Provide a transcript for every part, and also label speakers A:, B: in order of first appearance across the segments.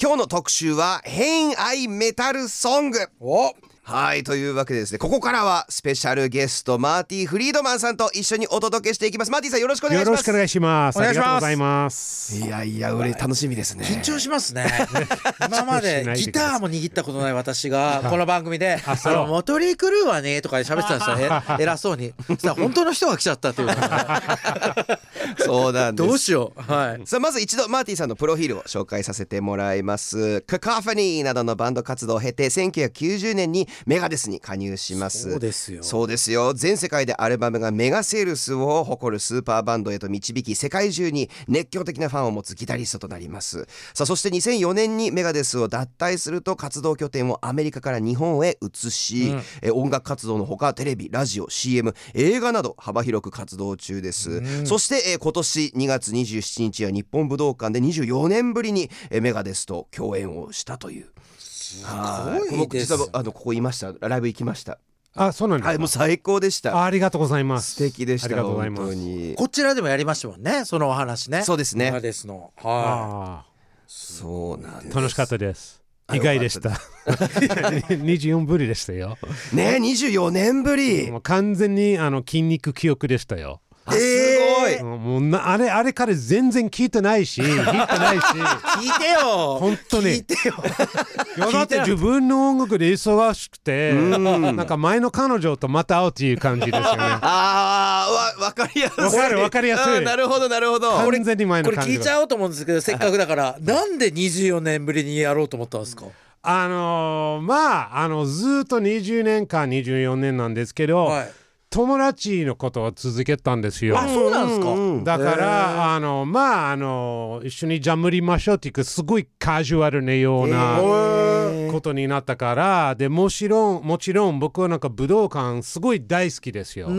A: 今日の特集は偏愛メタルソング
B: お
A: はいというわけでですねここからはスペシャルゲストマーティ・フリードマンさんと一緒にお届けしていきますマーティさんよろしくお願い
C: よ
A: し
C: ろ
A: ま
C: し
A: す
C: くお願いします。
B: お願いします
C: ありがとうございます。
A: いやいや俺楽しみですね
B: 緊張しま すね今ま
C: 緊張しない
B: で
C: でください
B: ギターも握ったことない私がこの番組で「あ
C: そう
B: のモトリー・クルーはね」とかで喋ってたんですよね偉そうにそしたら本当の人が来ちゃっ たということで
A: そうなんです
B: どうしようはい
A: さあまず一度マーティさんのプロフィールを紹介させてもらいますカカファニーなどのバンド活動を経て1990年にメガデスに加入します
B: そうですよ
A: そうですよ全世界でアルバムがメガセールスを誇るスーパーバンドへと導き世界中に熱狂的なファンを持つギタリストとなりますさあそして2004年にメガデスを脱退すると活動拠点をアメリカから日本へ移し、え音楽活動のほかテレビラジオ CM 映画など幅広く活動中です、そして、えー今年2月27日は日本武道館で24年ぶりに、えーメガデスと共演をしたというはい
B: すごいです
A: 僕実はあのここいましたライブ行きました
C: あ、そ うなんです
A: は
C: か
A: いもう最高でした
C: あありがとうございます。
A: 素敵でした
C: ありがとうございま
A: 本当
C: す。
A: に
B: こちらでもやりましたもんねそのお話ね
A: そうです
B: 今
A: ね
B: ですのは
C: あ
A: そうなんで
C: あ、楽しかったです。
A: あ
C: 意外でした
A: よ。
C: 24ぶりでしたよ。
A: すね24年ぶり
C: もう完全にあの筋肉記憶でしたよ。
A: あすごい、
C: もうもうなあれあれから全然聞いてないし、聞いてな いし。
B: い聞いてよ
C: 本当に
B: 聞い てよ
C: いやだって
B: 聞いて
C: 自分の音楽で忙しくて、
A: うん。
C: なんか前の彼女とまた会うっていう感じですよね
A: あーわわかりやすい
C: わかるわかりやすい
A: あーなるほどなるほど
C: 完全に前
B: こ
C: の
B: れ
C: 感
B: 聞
C: じ
B: いちゃおうと思うんですけどせっかくだからなんで24年ぶりにやろうと思ったんですか
C: あのーまああのずーっと20年間24年なんですけど、
B: はい
C: 友達のことを続けたんですよ
B: あそうなんですか
A: うんうん
C: だか
B: へ
C: らあのまああの一緒にジャムりましょうっていうすごいカジュアルなようなことになったからでもちろんもちろん僕はなんか武道館すごい大好きですよ、だ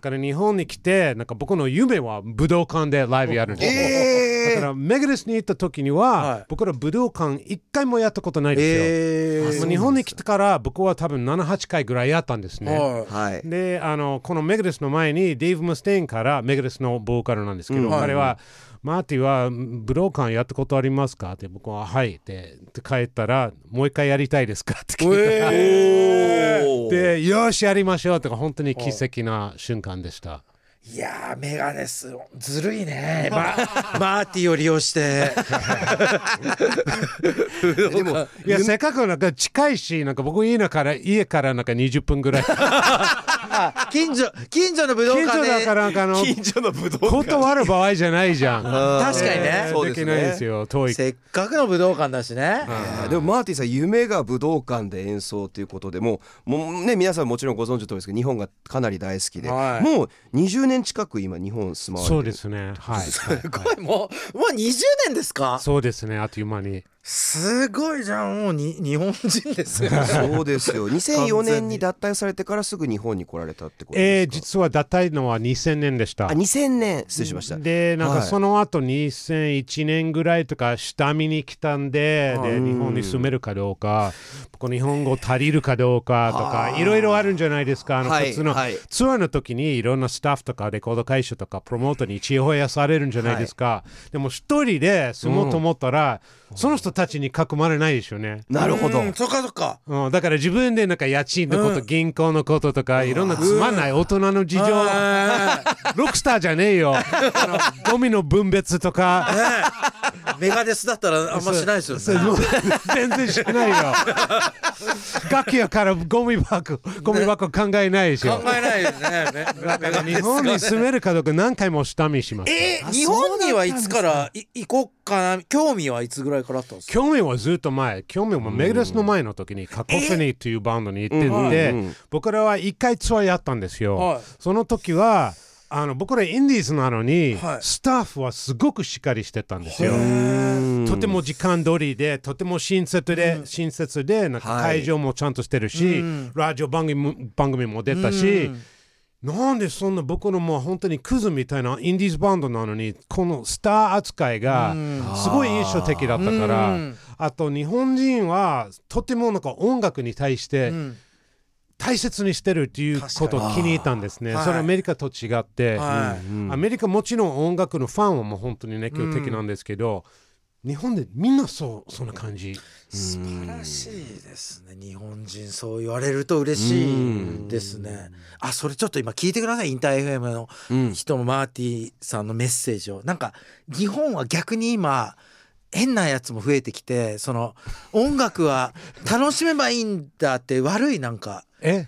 C: から日本に来てなんか僕の夢は武道館でライブやるんですよ、だ
A: え
C: からメガレスに行った時には、
B: はい
C: 僕ら武道館一回もやったことないですよ、
B: え
C: もう日本に来てから僕は多分78回ぐらいやったんですね。
A: ー、はい
C: であのこのメガレスの前にデイブ・ムステインからメガレスのボーカルなんですけど、
A: うん
C: 彼は「マーティは武道館やったことありますか?」って僕は「はい」ってって帰ったら「もう一回やりたいですか?」って聞いて、
A: おー
C: で「よしやりましょう」とか本当に奇跡な瞬間でした。
B: いやーメガネスずるいね、 ま、マーティを利用 して
A: で も
C: いやせっかくなんか近いしなんか僕家から家からなんか20分ぐ らい
B: あ近所近所の武道
C: 近
B: 館
C: 所
B: で
C: だからなんかあの
A: 近所の武道館
C: 断る場合じゃないじゃん。
B: 確かにね
C: えー
A: そう
C: で
A: です
C: き
A: ね
C: ないですよ遠い
B: せっかくの武道館だしね、
A: えーでもマーティさん夢が武道館で演奏ということでもうもうね皆さんもちろんご存知の通りですけど日本がかなり大好きで、
B: はい
A: もう20年近く今日本住まわれて
C: そ
A: る
C: うですねはい
B: すごいもうもう20年ですか
C: そうですねあっという間に
B: すごいじゃんもうに日本人 ですよ
A: そうですよ2004年に脱退されてからすぐ日本に来られたってこと
C: えー、
A: ですか、
C: 実は脱退のは2000年でした
A: あ2000年失礼しました
C: でなん
A: は
C: か
A: い
C: その後2001年ぐらいとか下見に来たんで,、で日本に住めるかどうかここ日本語足りるかどうかとかいろいろあるんじゃないですかあの、
A: はい
C: 普通の
A: はい
C: ツアーの時にいろんなスタッフとかレコード会社とかプロモーターに地方やされるんじゃないですか、でも一人で住もうと思ったら、その人たちに囲まれないですよね
A: なるほど
B: うんそっかそっか
C: うん、だから自分でなんか家賃のこと、銀行のこととかいろんなつまんない大人の事情
B: あ
C: ロックスターじゃねえよあのゴミの分別と か
B: ーメガネスだったらあんましない ですよ
C: そうも
B: ね
C: う全然しないよ楽器やからゴミ箱ゴミ箱考えないでし
B: 考
C: ょ
B: えないですねメメ ガネ
C: 日
B: スが
C: 本に住めるかどうか何回も下見しました
B: えー
A: あ
B: 日本にはいつからい行こうかな興味はいつぐらいからあったんですか
C: 去年はずっと前去年はメガレスの前の時にカコフェニーというバンドに行ってて、僕らは1回ツアーやったんですよ、
B: はい
C: その時はあの僕らインディーズなのに、
B: はい
C: スタッフはすごくしっかりしてたんですよとても時間通りでとても親切で、親切でなんか
A: はい
C: 会場もちゃんとしてるし、ラジオ番組も番組も出たし、なんでそんな僕のもう本当にクズみたいなインディーズバンドなのにこのスター扱いがすごい印象的だったからあと日本人はとてもなんか音楽に対して大切にしてるっていうことを気に入ったんですね
B: 確かに
C: それ
B: あー
C: アメリカと違って
B: はい
C: うんアメリカもちろん音楽のファンはもう本当に熱狂的なんですけど日本でみんなそうそんな感じ
B: 素晴らしいですね日本人そう言われると嬉しいですねあそれちょっと今聞いてくださいインター FM の人もマーティさんのメッセージをなんか日本は逆に今変なやつも増えてきてそ の音楽は楽しめばいいんだって悪いなんか
C: え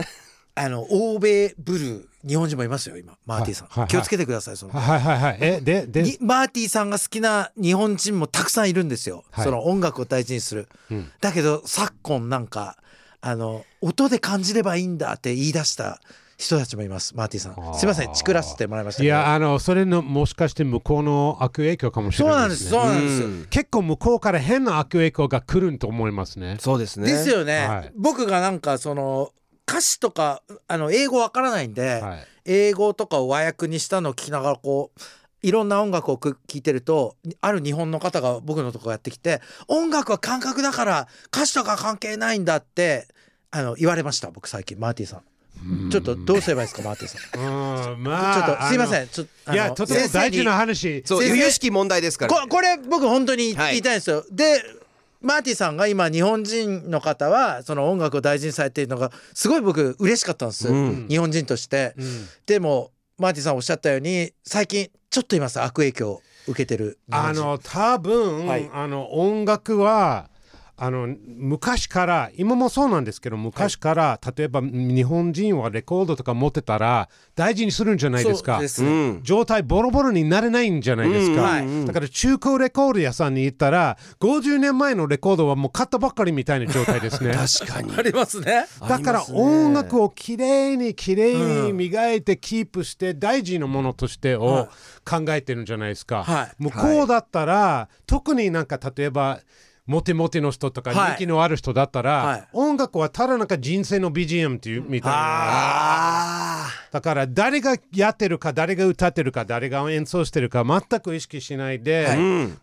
B: あの欧米ブルー日本人もいますよ今マーティさん、
C: はいはい
B: 気をつけてくださいその
C: はいはいはいえでで
B: にマーティさんが好きな日本人もたくさんいるんですよ、
C: はい
B: その音楽を大事にする、
C: うん
B: だけど昨今なんかあの音で感じればいいんだって言い出した人たちもいますマーティさ
C: あ
B: ん
C: ー
B: すいませんチクらせてもらいましたけ
C: い
B: ど
C: やあのそれのもしかして向こうの悪影響かもしれ
B: そうな
C: ない
B: ん
C: で、
B: ですす
C: ね、
B: そうなんですよ、
A: ん
C: 結構向こうから変な悪影響が来ると思いますね
A: そうですね
B: ですよね、
C: はい
B: 僕がなんかその歌詞とかあの英語わからないんで、
C: はい
B: 英語とかを和訳にしたのを聞きながらこういろんな音楽をく聴いてるとある日本の方が僕のとこやってきて「音楽は感覚だから歌詞とか関係ないんだ」ってあの言われました僕最近マーティさんちょっとどうすればいいですかマーティさんち
C: うんま
B: ょっとすいませ
C: ん
B: んちょっと
C: いやとても大事な話
A: そう
B: 先生
A: 由々しき問題ですから
B: ここれ僕本当に
A: はい
B: 言いたいんですよ、でマーティさんが今日本人の方はその音楽を大事にされているのがすごい僕嬉しかったんです、
A: うん
B: 日本人として、
C: うん
B: でもマーティさんおっしゃったように最近ちょっと今さ悪影響を受けてる日
C: あ
B: 本人
C: の多分、
B: はい
C: あの音楽はあの昔から今もそうなんですけど昔から、例えば日本人はレコードとか持ってたら大事にするんじゃないです
B: そ
C: か
B: うです
A: う
B: ね
A: ん
C: 状態ボロボロになれないんじゃないですか、
B: うんはい
C: だから中古レコード屋さんに行ったら50年前のレコードはもう買ったばっかりみたいな状態です ね
A: 確かに
B: ありますね
C: だから音楽をきれいにきれいに磨いてキープして大事なものとしてを考えてるんじゃないですか、
B: はい
C: 向こうだったら、特になんか例えばモテモテの人とか
B: はい
C: 人気のある人だったら、
B: はい
C: 音楽はただなんか人生の BGM っていうみたいな
B: あ
C: だから誰がやってるか誰が歌ってるか誰が演奏してるか全く意識しないで、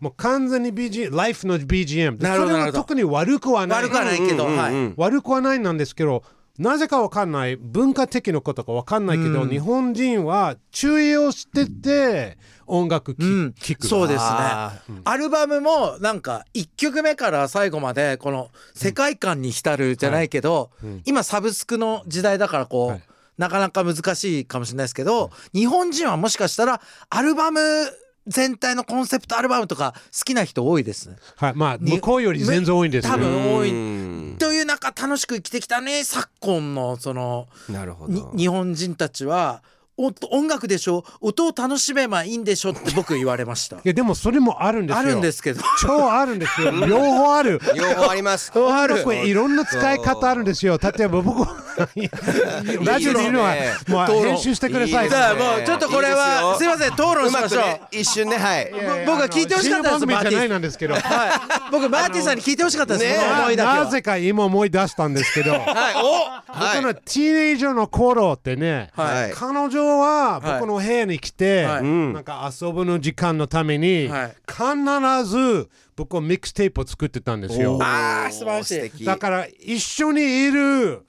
C: もう完全に BGM ライフの BGM
B: なるほど
C: それ
B: な
C: は
B: るほど
C: 特に悪くは
B: ー
C: ない
B: 悪くはないけど、はい、
C: 悪くはないなんですけどなぜかわかんない文化的なことかわかんないけど、日本人は注意をしてて音楽聴、
B: うん
C: 聞く
B: そうですね
A: あ
B: アルバムもなんか1曲目から最後までこの世界観に浸るじゃないけど、今サブスクの時代だからこう、
C: はい
B: なかなか難しいかもしれないですけど、日本人はもしかしたらアルバム全体のコンセプトアルバムとか好きな人多いですね。
C: はい、まあ
B: に
C: 向こうより全然多いんです
B: 多
C: よ、ね、
B: 分多い
A: うん
B: という中楽しく生きてきたね昨今のその
A: なるほ
B: に
A: ど
B: 日本人たちはお音楽でしょ音を楽しめばいいんでしょって僕言われま した
C: いやでもそれもあるんですよ
B: あるんですけど
C: 超あるん ですよ両方ある
A: 両方あります
C: あるいろんな使い方あるんですよ例えば僕はラジオにいるのは
A: 討
C: もう
B: 論
C: 編集してください
A: いい
B: じ
A: です
B: ゃあ
A: ね
B: もうちょっとこれはい
A: いですす
B: い
A: よ
B: ません討論
A: う
B: し
A: ま
B: ま
A: く
B: しょう
A: ね一瞬ねはい
C: いやいや
B: 僕は聞いてほしかったで
C: あ
B: す
C: の深夜番組じゃな
B: マーティ
C: いなんですけど
B: はい僕マーティさんに聞いてほしかったです
A: ね
B: この思いだけ
C: な
B: は
C: なぜか今思い出したんですけど
A: はいおは
C: 僕
A: い
C: のティーネイジャーの頃ってね、
A: はい
C: 彼女は
B: はい
C: 僕の部屋に来て、
B: はい
A: ん
C: なんか遊ぶの時間のために、
B: はい
C: 必ず僕はミックステープを作ってたんですよ
B: あー素晴らしい
A: おー素敵
C: だから一緒にいる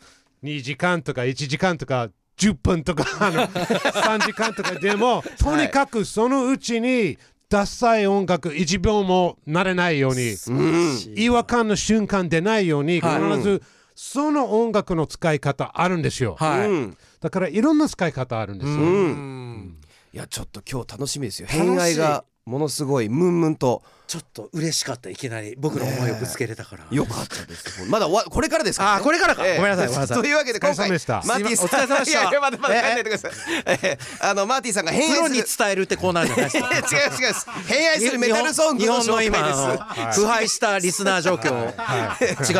C: 2時間とか1時間とか10分とかあ の3時間とかでもとにかくそのうちにダサい音楽1秒もなれないように違和感の瞬間出ないように必
B: はい
C: ずその音楽の使い方あるんですよ、
B: はい、
A: うん
C: だからいろんな使い方あるんですよ、
B: うん
A: いやちょっと今日楽しみですよ
B: 楽しい
A: 偏愛がものすごいムンムンと
B: ちょっと嬉しかったいきなり僕の思いをぶつけれたから、
A: 良かったですまだわこれからですから、
B: あ
A: ね
B: あこれからか、
A: ええ
B: ごめんなさいごめんなさい
A: というわけで
C: お疲
A: 今
C: れ様
A: 回
C: でした
A: マーティさん
B: すいませんお疲れ様でし た
A: いやいや待って待って帰んないでください、ええあのマーティさんが偏
B: プロ
A: 愛
B: に
A: する
B: 伝えるってコーナーじゃないです か
A: 違う違うです偏愛するメタルソング
B: 日
A: の
B: 本の
A: 紹介
B: 今の
A: です
B: 腐敗したリスナー状況を、違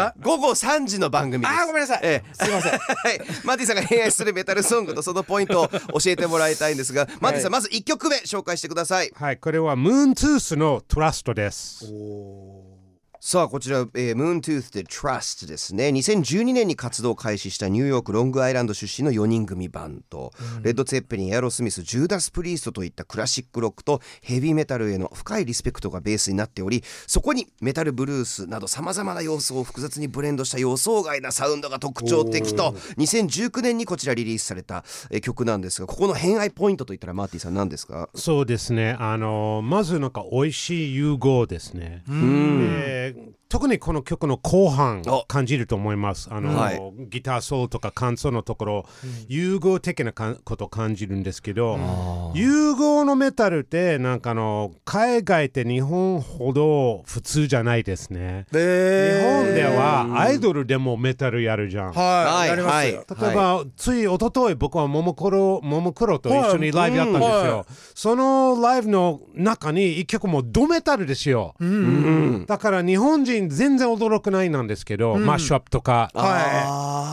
B: う
A: 午後3時の番組です
B: あーごめんなさい
A: ええ
B: すいません
A: はい、マーティさんが偏愛するメタルソングとそのポイントを教えてもらいたいんですが、マーティさんまず1曲目紹介してください
C: はいこれはムーントゥースのトラストです
A: さあこちら、えー、ムーントゥースで Trust ですね2012年に活動を開始したニューヨークロングアイランド出身の4人組バンド、レッド・ツェッペリンエアロスミスジューダス・プリーストといったクラシックロックとヘビーメタルへの深いリスペクトがベースになっておりそこにメタル・ブルースなどさまざまな要素を複雑にブレンドした予想外なサウンドが特徴的と2019年にこちらリリースされた、えー曲なんですがここの偏愛ポイントといったらマーティさん何ですか
C: そうですねあのまずなんか美味しい融合ですね、で特にこの曲の後半
A: お
C: 感じると思いますあの、
A: はい
C: ギターソロとか感想のところ、融合的なかんことを感じるんですけど、融合のメタルってなんかあの海外って日本ほど普通じゃないですね、
B: え
C: 日本ではアイドルでもメタルやるじゃん、
B: はい、やります
A: はい
B: よ、
C: 例えば、つい一昨日僕はももクロももクロと一緒にライブやったんですよ、
B: はいうんはい
C: そのライブの中に一曲もドメタルですよ、だから日本人全然驚くないなんですけど、マッシュアップとか、
B: は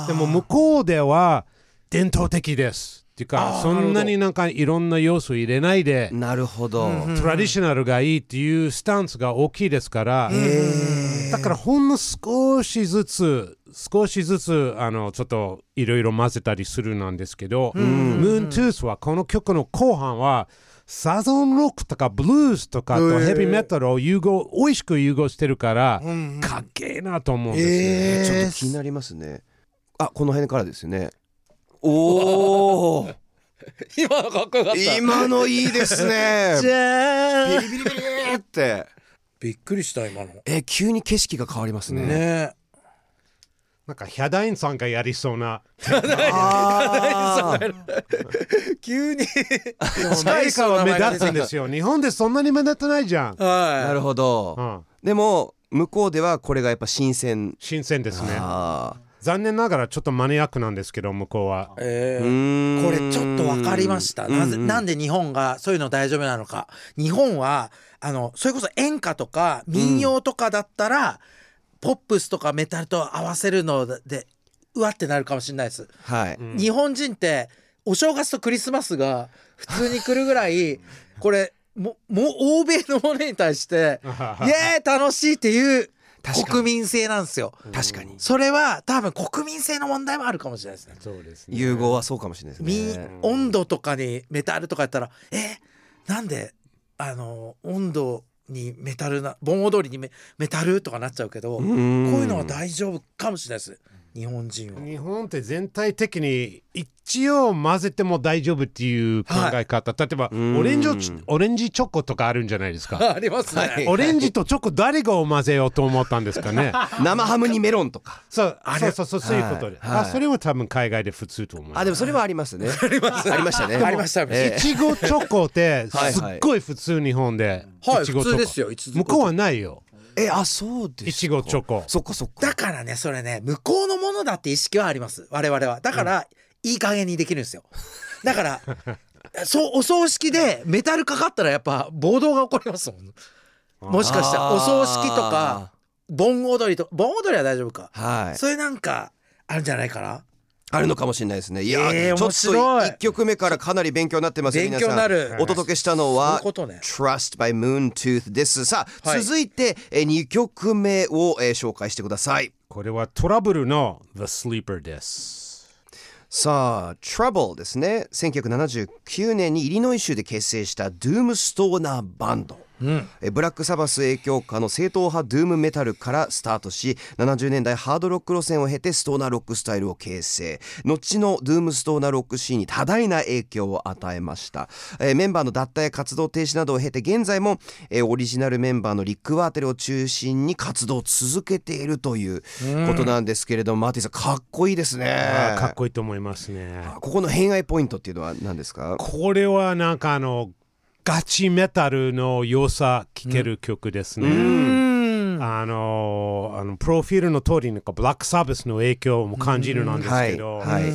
C: でも向こうでは伝統的ですっていうかそんなになんかいろんな要素入れないで、
A: なるほど、
C: トラディショナルがいいっていうスタンスが大きいですから、だからほんの少しずつ少しずつあのちょっといろいろ混ぜたりするなんですけど、ムーントゥースはこの曲の後半はサザンロックとかブルースとかとヘビーメタルを融合美味しく融合してるから、かっけえなと思うんですよね。
B: え
A: ちょっと気になりますね。あ、この辺からですよね。おお、
D: 今のかっこよかった
A: 今のいいですね。
B: じゃ
A: ビ
B: ーん
A: リビリビリって、
B: びっくりした今のね
A: え、急に景色が変わりますね。
B: え
C: なんかヒャダインさんがやりそうな
A: あー
D: 急に
C: 誰かは目立つん ですよ日本でそんなに目立たないじゃん、
A: な
B: は
A: るほど。
C: うん、
A: でも向こうではこれがやっぱ新鮮。
C: 新鮮ですね
A: あ
C: 残念ながらちょっとマニアックなんですけど向こうは
B: あ、え
A: あ、
B: ー
A: うーん
B: これちょっと分かりましたなぜなんで日本がそういうの大丈夫なのか日本はあのそれこそ演歌とか民謡とかだったら、ポップスとかメタルと合わせるのでうわってなるかもしれないです、
A: はい。
B: 日本人ってお正月とクリスマスが普通に来るぐらいこれ ももう欧米のものに対して「イエーイ楽しい!」っていう
A: 確か
B: 国
A: に。
B: 民性なんですよ
A: 確かに。
B: それは多分国民性の問題もあるかもしれないですね
C: そうですね
A: 融合はそうかもしれないです
B: み
A: ね。
B: 温度とかにメタルとかやったらえなんであの温度にメタルな盆踊りにメメタルとかなっちゃうけどこういうのは大丈夫かもしれないです日本人は。
C: 日本って全体的に一応混ぜても大丈夫っていう考え方、例えばオレンジチオレンジチョコとかあるんじゃないですか
B: ありますね。
A: はい
C: オレンジとチョコ誰がを混ぜようと思ったんです かね
A: 生ハムにメロンとか。
C: そうそうそうそうそういうことで、
A: はいはい
C: あそれも多分海外で普通と思います
A: あ、でもそれはありますね。ありましたね。
B: ありましたありました
A: ええ
C: いちごチョコって
A: はい
C: すっごい普通日本で
B: はい
C: いちごチ
B: 普
C: ョ
B: 通
C: コ
B: ですよいちごチョ
C: 向
B: コ
C: こうはないよ
A: え、あ、そうですか。
C: いちごチョコ
A: そっかそっか。
B: だからねそれね向こうのものだって意識はあります我々はだから、いい加減にできるんですよだからそうお葬式でメタルかかったらやっぱ暴動が起こりますもんもしかしたら
A: あー
B: お葬式とか盆踊りと盆踊りは大丈夫か、
A: はい。
B: そういうなんかあるんじゃないかな
A: あるのかもしれないですね。いや、
B: え
A: ちょ
B: ー面
A: っと
B: 白い
A: 一曲目からかなり勉強になってますよ
B: 勉
A: 皆
B: 強
A: さん。
B: になる
A: お届けしたのは
B: そういうことね
A: Trust by Moontooth です。さあ、
B: はい
A: 続いてえー二曲目を、えー紹介してください。
C: これはトラブルの The Sleeper です。
A: さあ、Trouble ですね。1979年にイリノイ州で結成した Doom ストーナーバンド。えーブラックサバス影響下の正統派ドゥームメタルからスタートし70年代ハードロック路線を経てストーナーロックスタイルを形成後のドゥームストーナーロックシーンに多大な影響を与えました、えーメンバーの脱退や活動停止などを経て現在も、えーオリジナルメンバーのリック・ワーテルを中心に活動を続けているということなんですけれども、マーティさんかっこいいですね
C: あーかっこいいと思いますね。
A: ここの偏愛ポイントっていうのは何ですか
C: これはなんかあのガチメタルの良さ聞ける曲ですね。あのあのプロフィールの通りなんかブラックサービスの影響も感じるなんですけど、
A: はい、はい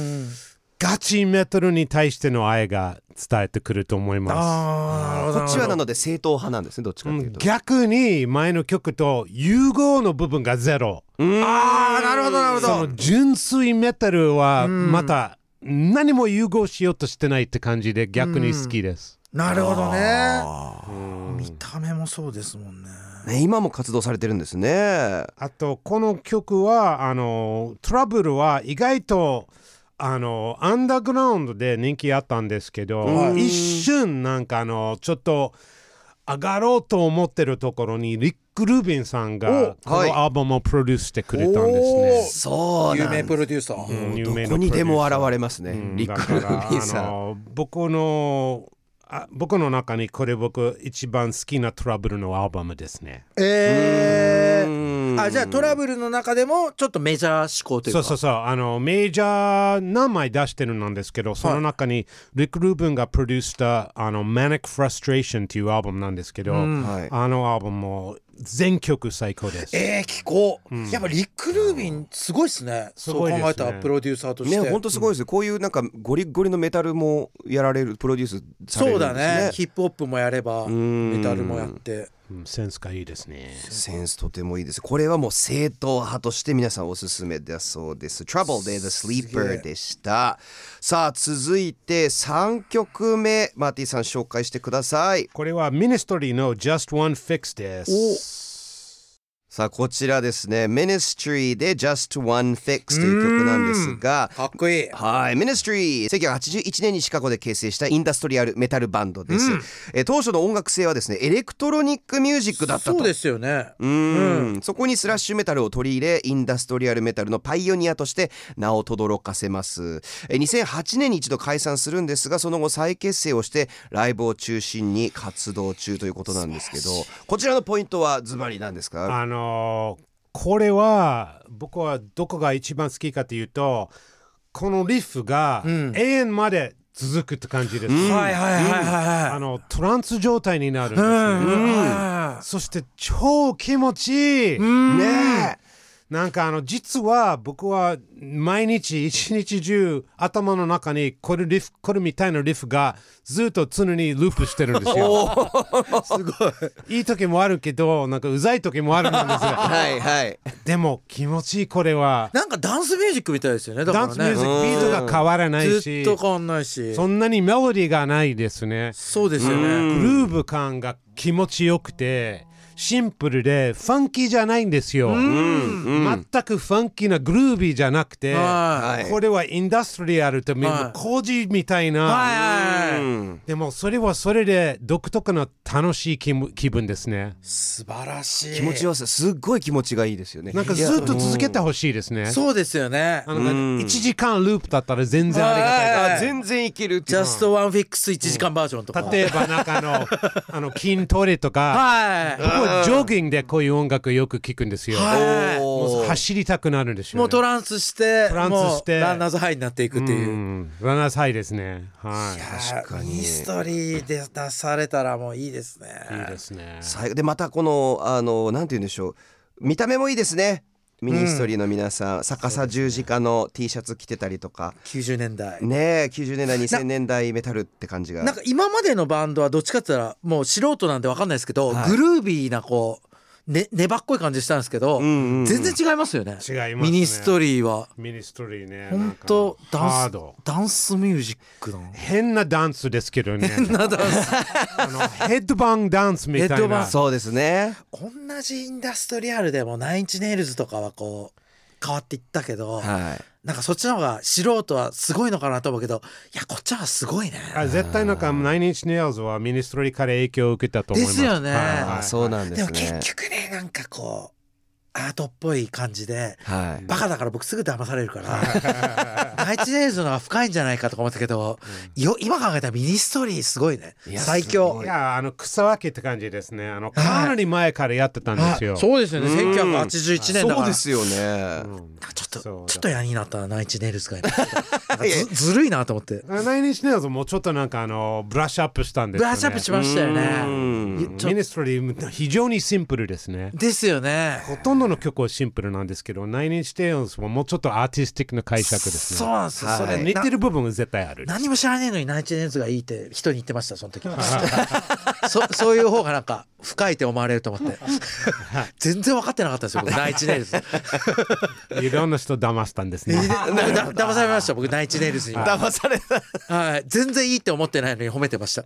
C: ガチメタルに対しての愛が伝えてくると思います。
B: あ
A: こっちはなので正統派なんですねどっちかっていうと、
C: 逆に前の曲と融合の部分がゼロ。
B: あーなるほどなるほど
C: その純粋メタルはまた何も融合しようとしてないって感じで逆に好きです。
B: なるほどね見た目もそうですもんね
A: ね今も活動されてるんですね
C: あとこの曲はあのトラブルは意外とあのアンダーグラウンドで人気あったんですけど一瞬なんかあのちょっと上がろうと思ってるところにリック・ルービンさんがこ
A: はい
C: のアルバムをプロデュースしてくれたんです
A: そう
B: 有
A: なん
B: 名
A: で
B: プロデューサー、
C: ね。うん有
A: ど
C: 名な
A: こにでも現
C: プロデューサー
A: れますね、
C: うん
A: リッ
C: だ
A: ク・
C: か
A: ル
C: ら
A: ービーさ
C: あ
A: ん
C: の僕のあ僕の中にこれ僕一番好きなトラブルのアルバムですね。
B: えー
A: うん
B: あじゃあトラブルの中でもちょっとメジャー志向という
C: そ
B: か
C: うそうそうあのメジャー何枚出してるんですけどその中にリック・ルーブンがプロデュースした「あの Manic Frustration」っていうアルバムなんですけど、
A: はい
C: あのアルバムも全曲最高です。
B: えー、聞こう、やっぱリック・ルービンすごいっすね
C: すごいです
B: そう
C: ね
B: 考えたプロデューサーとし
A: ね
B: て、
A: 本当すごいですよ、こういうなんかゴリッゴリのメタルもやられるプロデュースされる
B: そうん
A: です
B: だね
A: ね
B: ヒップホップもやれば
A: ん
B: メタルもやって
C: うんセンスがいいですね。
A: センスとてもいいですこれはもう正統派として皆さんおすすめだそうです Trouble Day the
B: すげ
A: Sleeper
B: え
A: でしたさあ続いて3曲目マーティさん紹介してください
C: これはミニストリーの Just One Fix です。
A: さあこちらですね Ministry で Just One Fix という曲なんですが
B: かっこいい
A: はい、Ministry 1981年にシカゴで結成したインダストリアルメタルバンドです、えー当初の音楽性はですねエレクトロニックミュージックだった
B: そう
A: と
B: ですよね
A: うーんそこにスラッシュメタルを取り入れインダストリアルメタルのパイオニアとして名を轟かせますえ2008年に一度解散するんですがその後再結成をしてライブを中心に活動中ということなんですけどこちらのポイントはズバリなんですか
C: あのーこれは僕はどこが一番好きかというとこのリフが永遠まで続くって感じです。
B: はいはいはいはい
C: あ
B: はい
C: のトランス状態になるんですね、
B: うん
C: そして超気持ちいい、
A: ね
C: なんかあの実は僕は毎日一日中頭の中にこれリフこれみたいなリフがずっと常にループしてるん ですよ
B: すごい
C: いい時もあるけどなんかうざい時もあるんです
A: え
C: が
A: はいはい
C: でも気持ちいいこれは、
B: なんかダンスミュージックみたいですよねだ
C: ダ
B: から
C: ン
B: ね
C: スミュージックビートが変わらない
B: ず
C: し
B: っと変わんないし
C: そんなにメロディーがないですね
B: そうです
C: グ
B: よ
C: ル
B: ね
C: ーヴ感が気持ちよくてシンプルでファンキーじゃないんですよ、全くファンキーなグルービーじゃなくて、
B: はい
C: これはインダストリアルという
B: はい
C: 工事みたいな、
B: はいはいはい
C: でもそれはそれで独特な楽しい気分気分ですね
B: 素晴らしい
A: 気持ちよさすっごい気持ちがいいですよね
C: なんかずっと続けてほしいですね
B: そうですよね
C: あの1時間ループだったら全然ありがたい
B: はい
A: あ全然いけるって
B: ジャストワンフィックス1時間バージョンとか
C: 例えばなんかあのあの筋トレとか
B: はい
C: 僕はジョギングでこういう音楽よく聞くんですよ、
B: はい
C: もう走りたくなるんでしょ
B: もうトランスして
C: トランスして
B: もうランナーズハイになっていくっていう、
C: うん、7歳ですね。はい。
A: 確かに
B: あミニストリーで出されたらもういいですね
C: いいですね。
A: 最後でまたこのあのなんて言うんでしょう見た目もいいですねミニストリーの皆さん、逆さ十字架の T シャツ着てたりとか
B: 90年代
A: ねえ90年代2000年代メタルって感じが
B: なんか今までのバンドはどっちかって言ったらもう素人なんで分かんないですけど、グルービーなこう、ね、粘っこい感じしたんですけど、
A: んうん
B: 全然違いますよね
C: 違いますね
B: ミニストリーは
C: ミニストリーね。
B: 本当
C: なんかハー
B: ダンス
C: ド。
B: ダンスミュージックなの
C: 変なダンスですけ どね。
B: なダンス
C: あのヘッドバンダンスみたいな。
B: ヘッドバン
A: そうですね
B: 同じインダストリアルでもナインチネイルズとかはこう変わっていったけど、
A: はい
B: なんかそっちの方が素人はすごいのかなと思うけどいやこっちはすごいね
C: あ絶対なんかナインインチネイルズはミニストリーから影響を受けたと思います。
B: ですよね
C: はいはい
A: あそうなんで
B: でも
A: す
B: 結
A: ね
B: 局ねなんかこうアートっぽい感じで
A: はい
B: バカだから僕すぐ騙されるから ナインチネイルズの方が深いんじゃないかとか思ったけど、よ今考えたらミニストリーすごいね
A: いや
B: 最
A: す
B: 強
A: ご
C: いやあの草分けって感じですね。あのかなり前からやってたんですよ。
B: そうですよね1981年だから
A: そうですよね、
B: なんかちょっと
C: そうだ
B: ちょっと嫌になったなナインチネイル ズがなんかずずるいなと思って
C: ナインインチネイルズもちょっとなんかあのブラッシュアップしたんです
B: ブ
C: よね。
B: ラッシュアップしましたよね
C: ミニストリー非常にシンプルですね。
B: ですよね
C: ほとんど今の曲はシンプルなんですけど、ナインインチテイルズももうちょっとアーティスティックな解釈です
B: そう
C: ね。
B: なんですよ、
A: はい
B: それ
C: 似
B: な
C: てる部分が絶対ある。
B: 何も知らねえのにナイチネーズがいいって人に言ってましたそ の時そそういう方がなんか深いって思われると思って全然分かってなかったんですよ僕ナイチネイルズ
C: いろんな人騙したんですね。
B: だ騙されました僕ナイチネイルズにも
A: 騙された
B: はい全然いいって思ってないのに褒めてました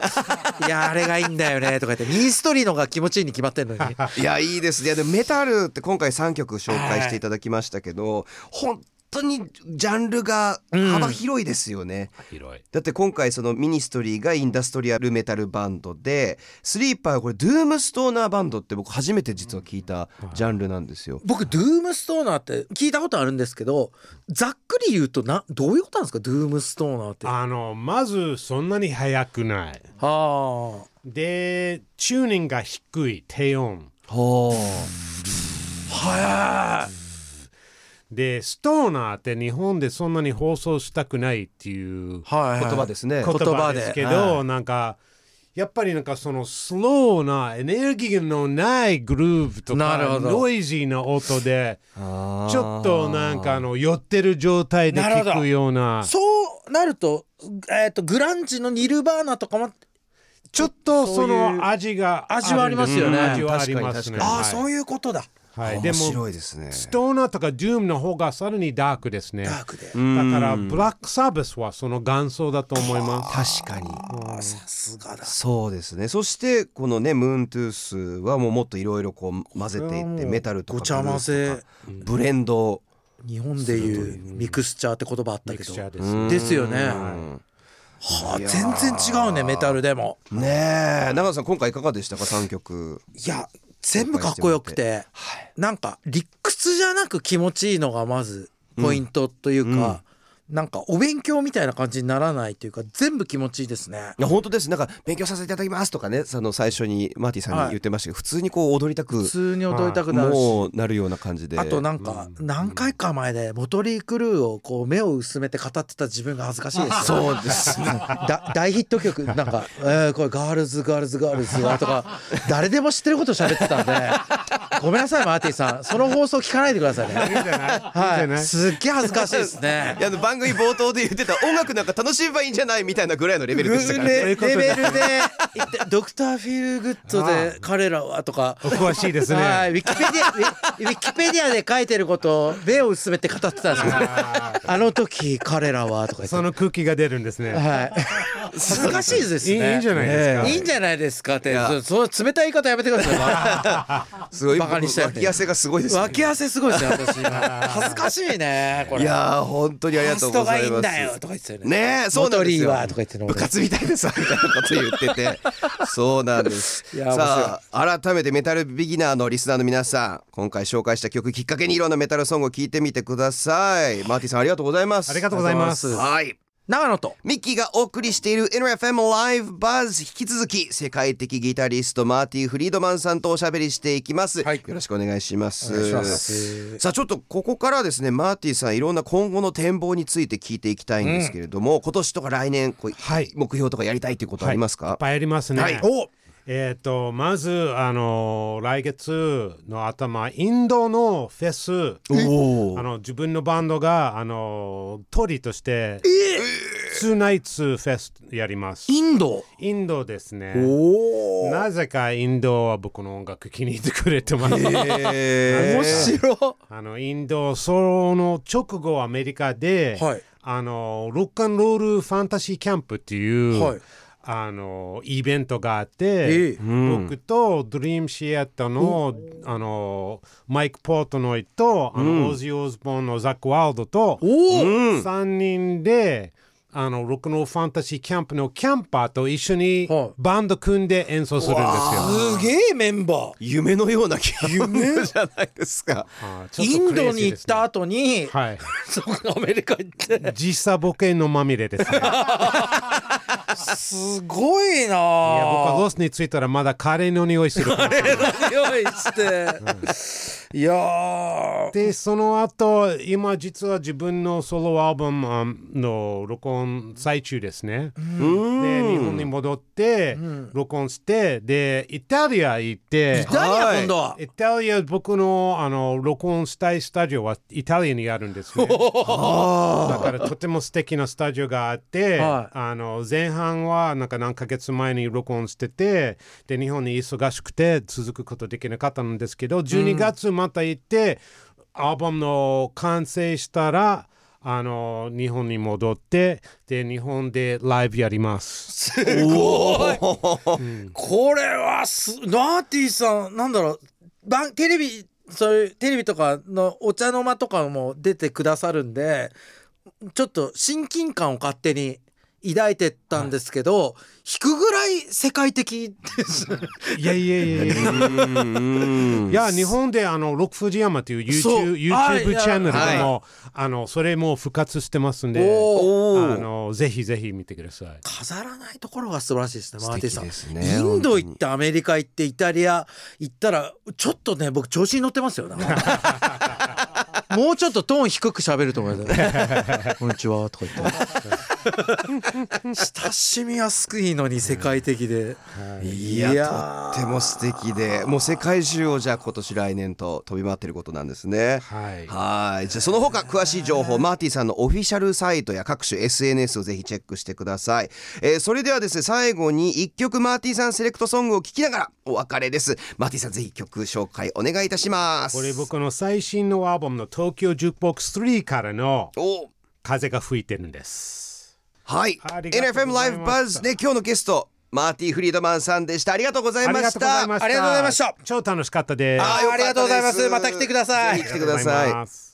B: いやあれがいいんだよねとか言ってミニストリーのが気持ちいいに決まってんのに
A: いやいいですねいやでもメタルって今回3曲紹介していただきましたけど、本当にジャンルが幅広いですよね、
C: 広い。
A: だって今回そのミニストリーがインダストリアルメタルバンドでスリーパーはこれドゥームストーナーバンドって僕初めて実は聞いたジャンルなんですよ。
B: 僕ドゥームストーナーって聞いたことあるんですけどざっくり言うとなどういうことなんですかドゥームストーナーってあ
C: あの、まずそんなに速くない。
B: あ
C: で、チューニングが低い、低音。
A: ほ
C: で、ストーナーって日本でそんなに放送したくないっていう
B: はい、
A: 言
B: はい、
A: 葉ですね。
B: こ
C: 言葉ですけど、
B: 言葉では
C: なんかやっぱりなんかそのスローなエネルギーのないグルーヴと
B: なるほ
C: か
B: ど
C: ノイジーな音で
A: あー
C: ちょっとなんかあの寄ってる状態で聞くような
B: そうなると,、えー、とグランジのニルバーナとかも
C: ちょっと
B: そう
C: そ
B: いう
C: の味がるんで
B: 味はありますよね
C: 味はありますね。
A: 確かに確かに
C: はい
B: いうことだ
C: はいで
A: 面
C: も
A: 白いですね。
C: ストーナーとかドゥームの方がさらにダークですね。
B: ークで
C: だからブラックサービスはその元祖だと思います。
A: 確かに
B: あさすがだ
A: そうですねそしてこのね「ムーントゥース」はもうもっといろいろこう混ぜていってメタルとか
B: ごちゃ混
A: ブ
B: ぜ
A: ルースとかブレンド
B: 日本でいうミクスチャーって言葉あった
C: ミク
B: け
C: ス
B: ど
C: チャーですね。
B: ですよねはあ全然違うねメタルでも
A: ねえ長野さん今回いかがでしたか3曲
B: いや全部かっこよくてなんか理屈じゃなく気持ちいいのがまずポイントというか、なんかお勉強みたいな感じにならないというか全部気持ちいいですね
A: いや本当ですなんか勉強させていただきますとかねその最初にマーティさんに言ってましたけど、普通にこう踊りたく
B: 普通に踊りたくなるし、
A: もうなるような感じで
B: あとなんか何回か前でモトリー・クルーをこう目を薄めて語ってた自分が恥ずかしいですそうです だ大ヒット曲なんか「えー、これガールズガールズガールズは」とか誰でも知ってること喋ってたんでごめんなさいマーティさんその放送聞かないでくださいね
C: いいじゃないいいじゃ
B: は
C: ないい
B: すっげえ恥ずかしいです ね
A: いやあの番組冒頭で言ってた音楽なんか楽しめばいいんじゃないみたいなぐらいのレベルでしたから、
B: レレベルで言ってドクター・フィール・グッドで彼らはとか
C: お詳しいです
B: は
C: ね
B: い、ウ。ィキペディア、ウィウィキペディアで書いてることを目を薄めて語ってたんですよ。あの時彼らはとか言って。
C: その空気が出るんですね。
B: はい。恥ずかしいですね。
C: いいいいんじゃないですか
B: いいんじゃないですかって
A: や、
B: そその冷たい言い方やめてくだ さ
A: すごい
B: バカにしたよね
A: 僕脇汗がすごいで
B: い。
A: すね
B: 脇汗すごいですよ、私。恥ずかしいね、これ。
A: いやー本当にありがとうございます
B: ホストがいいんだよとか言ってたよね
A: えそうなんですよ
B: 元リーはとか言ってたの
A: 部活みたいでさみたいなこと言っててそうなんです
B: いや面白い
A: さあ改めてメタルビギナーのリスナーの皆さん今回紹介した曲きっかけにいろんなメタルソングを聴いてみてくださいマーティさんありがとうございます
C: ありがとうございます。
A: はい
B: 長野と。
A: ミッキーがお送りしている NFM Live Buzz 引き続き世界的ギタリストマーティ・フリードマンさんとおしゃべりしていきます、
B: はい
A: よろしくお願いします
B: お願いします
A: さあちょっとここからですねマーティさんいろんな今後の展望について聞いていきたいんですけれども、今年とか来年こう、
C: はい
A: 目標とかやりたいっていうことあります
C: はいい
A: か
C: っ、ぱいありますね。
A: はい
C: おえっ、とまずあの来月の頭インドのフェス
A: お
C: あの自分のバンドがあのトリとしてツーナイツフェスやります。
B: インド。
C: インドですね。
B: おお。
C: なぜかインドは僕の音楽気に入ってくれてます。
A: え
B: 面白
C: あのインドその直後アメリカで、
B: はい
C: あのロックンロールファンタジーキャンプってい
B: い。
C: う、
B: はい。
C: あのイベントがあって、
B: ええ
C: 僕とドリームシアターのあのマイク・ポートノイとあの、オージー・オズボーンのザック・ワールドと
B: おお。
C: 3人であのロックンロールファンタジーキャンプのキャンパーと一緒に
B: はい
C: バンド組んで演奏するんですよ。
B: すげえメンバー。
A: 夢のような気がするじゃないですか
C: あーちょっと
B: イン
C: クレ
B: ド
C: イジ
B: に
C: ー
B: 行
C: で
B: っ
C: す
B: た
C: ね
B: 後に、
C: はい、
B: そこアメリカ 行って。
C: 時差ボケのまみれですね。
B: すごいない
C: や僕は
B: ぁ。
C: ロスに着いたらまだカレーの匂いするから
B: 強いして。いやー
C: でその後今実は自分のソロアルバムあの録音最中ですね。で日本に戻って録音してでイタリア行って
B: イタリア
A: はい
B: 今度は
C: イタリア僕のあの録音したいスタジオはイタリアにあるん ですね。だからとても素敵なスタジオがあって、
B: はい
C: あの前半はなんか何ヶ月前に録音しててで日本に忙しくて続くことできなかったんですけど12月また行って、アルバムの完成したらあの日本に戻ってで日本でライブやります。
B: すごいこれはすナーティさんなんだろう番テレビそういうテレビとかのお茶の間とかも出てくださるんでちょっと親近感を勝手に抱いてったんですけど、引くぐらい世界的です。
C: いやいやいやいや。いや日本であのロックフジヤマという YouTube,
B: そう
C: YouTube
B: あいや
C: チャンネルでも、あのそれも復活してますんで
B: お
C: あのぜひぜひ見てください。
B: 飾らないところが素晴らしいですね、マーティさん。
A: 素敵ですね
B: インド行ってアメリカ行ってイタリア行ったらちょっとね僕調子に乗ってますよ。なん かもうちょっとトーン低く喋ると思います。こんにちはとか言って。親しみやすくいいのに世界的で。
A: い
B: い
A: や
B: や
A: とっても素敵でもう世界中をじゃあ今年来年と飛び回ってることなんですね。
C: はい
A: はいじゃあその他詳しい情報マーティさんのオフィシャルサイトや各種 SNS をぜひチェックしてください、えーそれではですね最後に1曲マーティさんセレクトソングを聴きながらお別れですマーティさんぜひ曲紹介お願いいたします
C: これ僕の最新のアルバムの東京ジュークボックス3からの
A: お
C: 風が吹いてるんです。
A: はい
C: ありがとう
A: NFM
C: ござ
A: ライ
C: い
A: ブ
C: ました
A: バズで今日のゲストマーティ・フリードマンさんでしたありがとうございました
C: ありがとうございました。超楽しかったです。
A: あーよかったです
B: ありがとうございますまた来てください
A: ぜひ来てください
C: ありがとうござます